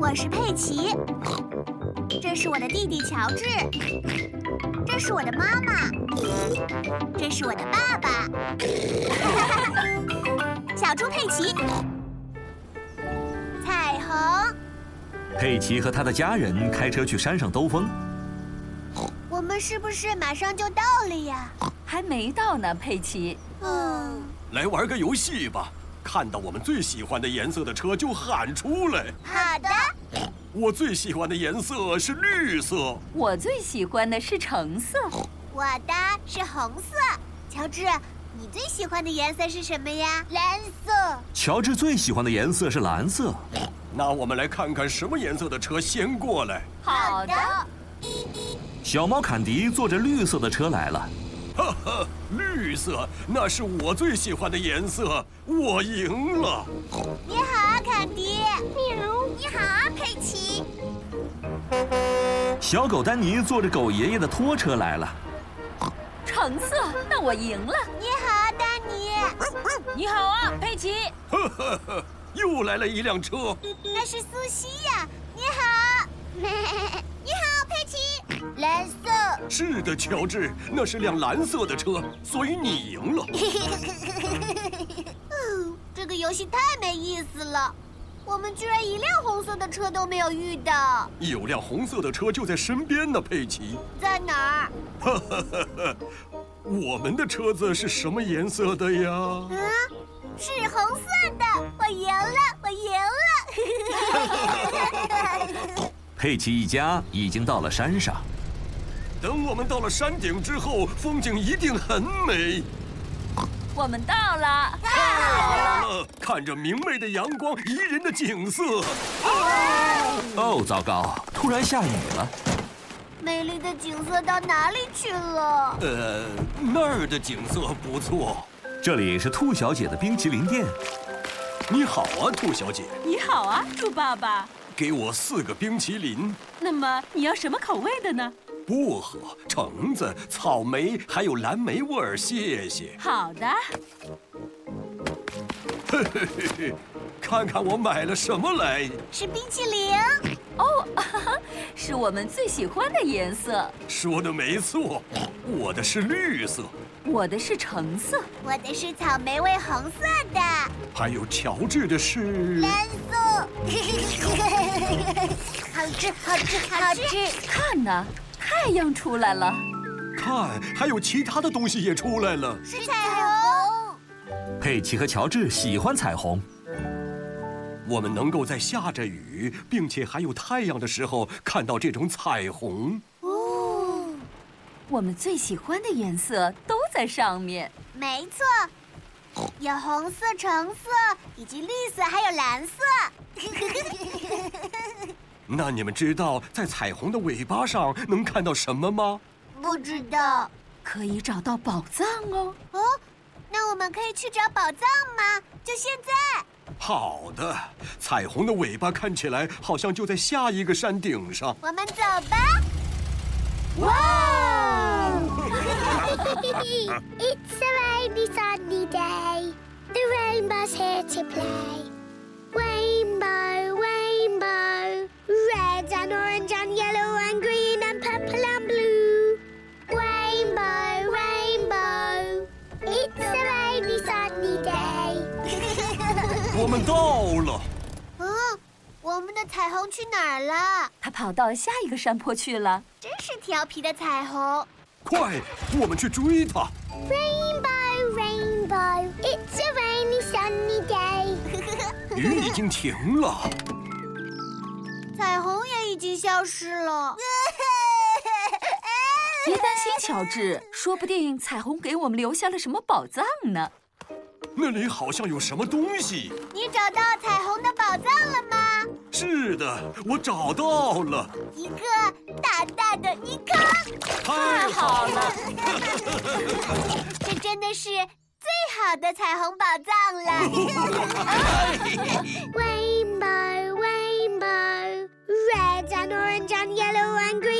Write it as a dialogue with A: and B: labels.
A: 我是佩奇，这是我的弟弟乔治，这是我的妈妈，这是我的爸爸。 小猪佩奇，彩虹，
B: 佩奇和他的家人开车去山上兜风。
A: 我们是不是马上就到了呀？
C: 还没到呢，佩奇。
A: 嗯，
D: 来玩个游戏吧，看到我们最喜欢的颜色的车就喊出来。
A: 好的。
D: 我最喜欢的颜色是绿色，
C: 我最喜欢的是橙色，
A: 我的是红色。乔治，你最喜欢的颜色是什么呀？蓝色。
B: 乔治最喜欢的颜色是蓝色。
D: 那我们来看看什么颜色的车先过来。
C: 好的，
B: 小猫坎迪坐着绿色的车来了。
D: 呵呵，绿色，那是我最喜欢的颜色，我赢了。
A: 你好啊，坎迪。喵。你好啊，佩奇。
B: 小狗丹尼坐着狗爷爷的拖车来了。
C: 橙色，那我赢了。
A: 你好啊，丹尼。
C: 你好啊，佩奇。
D: 呵呵呵，又来了一辆车，
A: 那是苏西呀。你好。你好，佩奇。蓝色。
D: 是的，乔治，那是辆蓝色的车，所以你赢了。
A: 嗯，这个游戏太没意思了。我们居然一辆红色的车都没有遇到，
D: 有辆红色的车就在身边呢，佩奇。
A: 在哪儿？
D: 呵呵呵呵，我们的车子是什么颜色的呀？
A: 嗯，是红色的，我赢了，我赢了。
B: 佩奇一家已经到了山上。
D: 等我们到了山顶之后，风景一定很美。
C: 我们到了，
D: 啊，看着明媚的阳光，宜人的景色。
B: 哦，糟糕！突然下雨了。
A: 美丽的景色到哪里去了？
D: 呃，那儿的景色不错。
B: 这里是兔小姐的冰淇淋店。
D: 你好啊，兔小姐，
C: 你好啊，猪爸爸。
D: 给我四个冰淇淋，
C: 那么你要什么口味的呢？
D: 薄荷、橙子、草莓，还有蓝莓味儿，谢谢。
C: 好的，
D: 嘿嘿，看看我买了什么来，
A: 是冰淇淋。
C: 哦，哈哈，是我们最喜欢的颜色。
D: 说的没错，我的是绿色，
C: 我的是橙色，
A: 我的是草莓味红色的，
D: 还有乔治的是。
A: 蓝色。 好吃，好吃，好吃！
C: 看呐，太阳出来了。
D: 看，还有其他的东西也出来了。
A: 是彩虹。
B: 佩奇和乔治喜欢彩虹。
D: 我们能够在下着雨，并且还有太阳的时候看到这种彩虹。
A: 哦，
C: 我们最喜欢的颜色都在上面。
A: 没错，有红色、橙色，以及绿色，还有蓝色。
D: 那你们知道在彩虹的尾巴上能看到什么吗？
A: 不知道
C: 可以找到宝藏哦。
A: 哦，那我们可以去找宝藏吗？就现在。
D: 好的，彩虹的尾巴看起来好像就在下一个山顶上。
A: 我们走吧。哇
E: it's a rainy sunny day. The rainbow's here to play. Rainbow, rainbow, red and orange and yellow and green and purple and blue. Rainbow, rainbow, it's a rainy sunny day.
D: 我们到了，
A: 嗯，我们的彩虹去哪儿了？
C: 它跑到下一个山坡去了。
A: 真是调皮的彩虹。
D: 快，我们去追它。
E: Rainbow, rainbow, it's a rainy sunny day.
D: 雨已经停了，
A: 彩虹也已经消失了。
C: 别担心，乔治，说不定彩虹给我们留下了什么宝藏呢。
D: 那里好像有什么东西。
A: 你找到彩虹的宝藏了吗？
D: 是的，我找到了，
A: 一个大大的一颗，
D: 太好了。
A: 这真的是最好的彩虹宝藏了。
E: Rainbow, rainbow, red and orange and yellow and green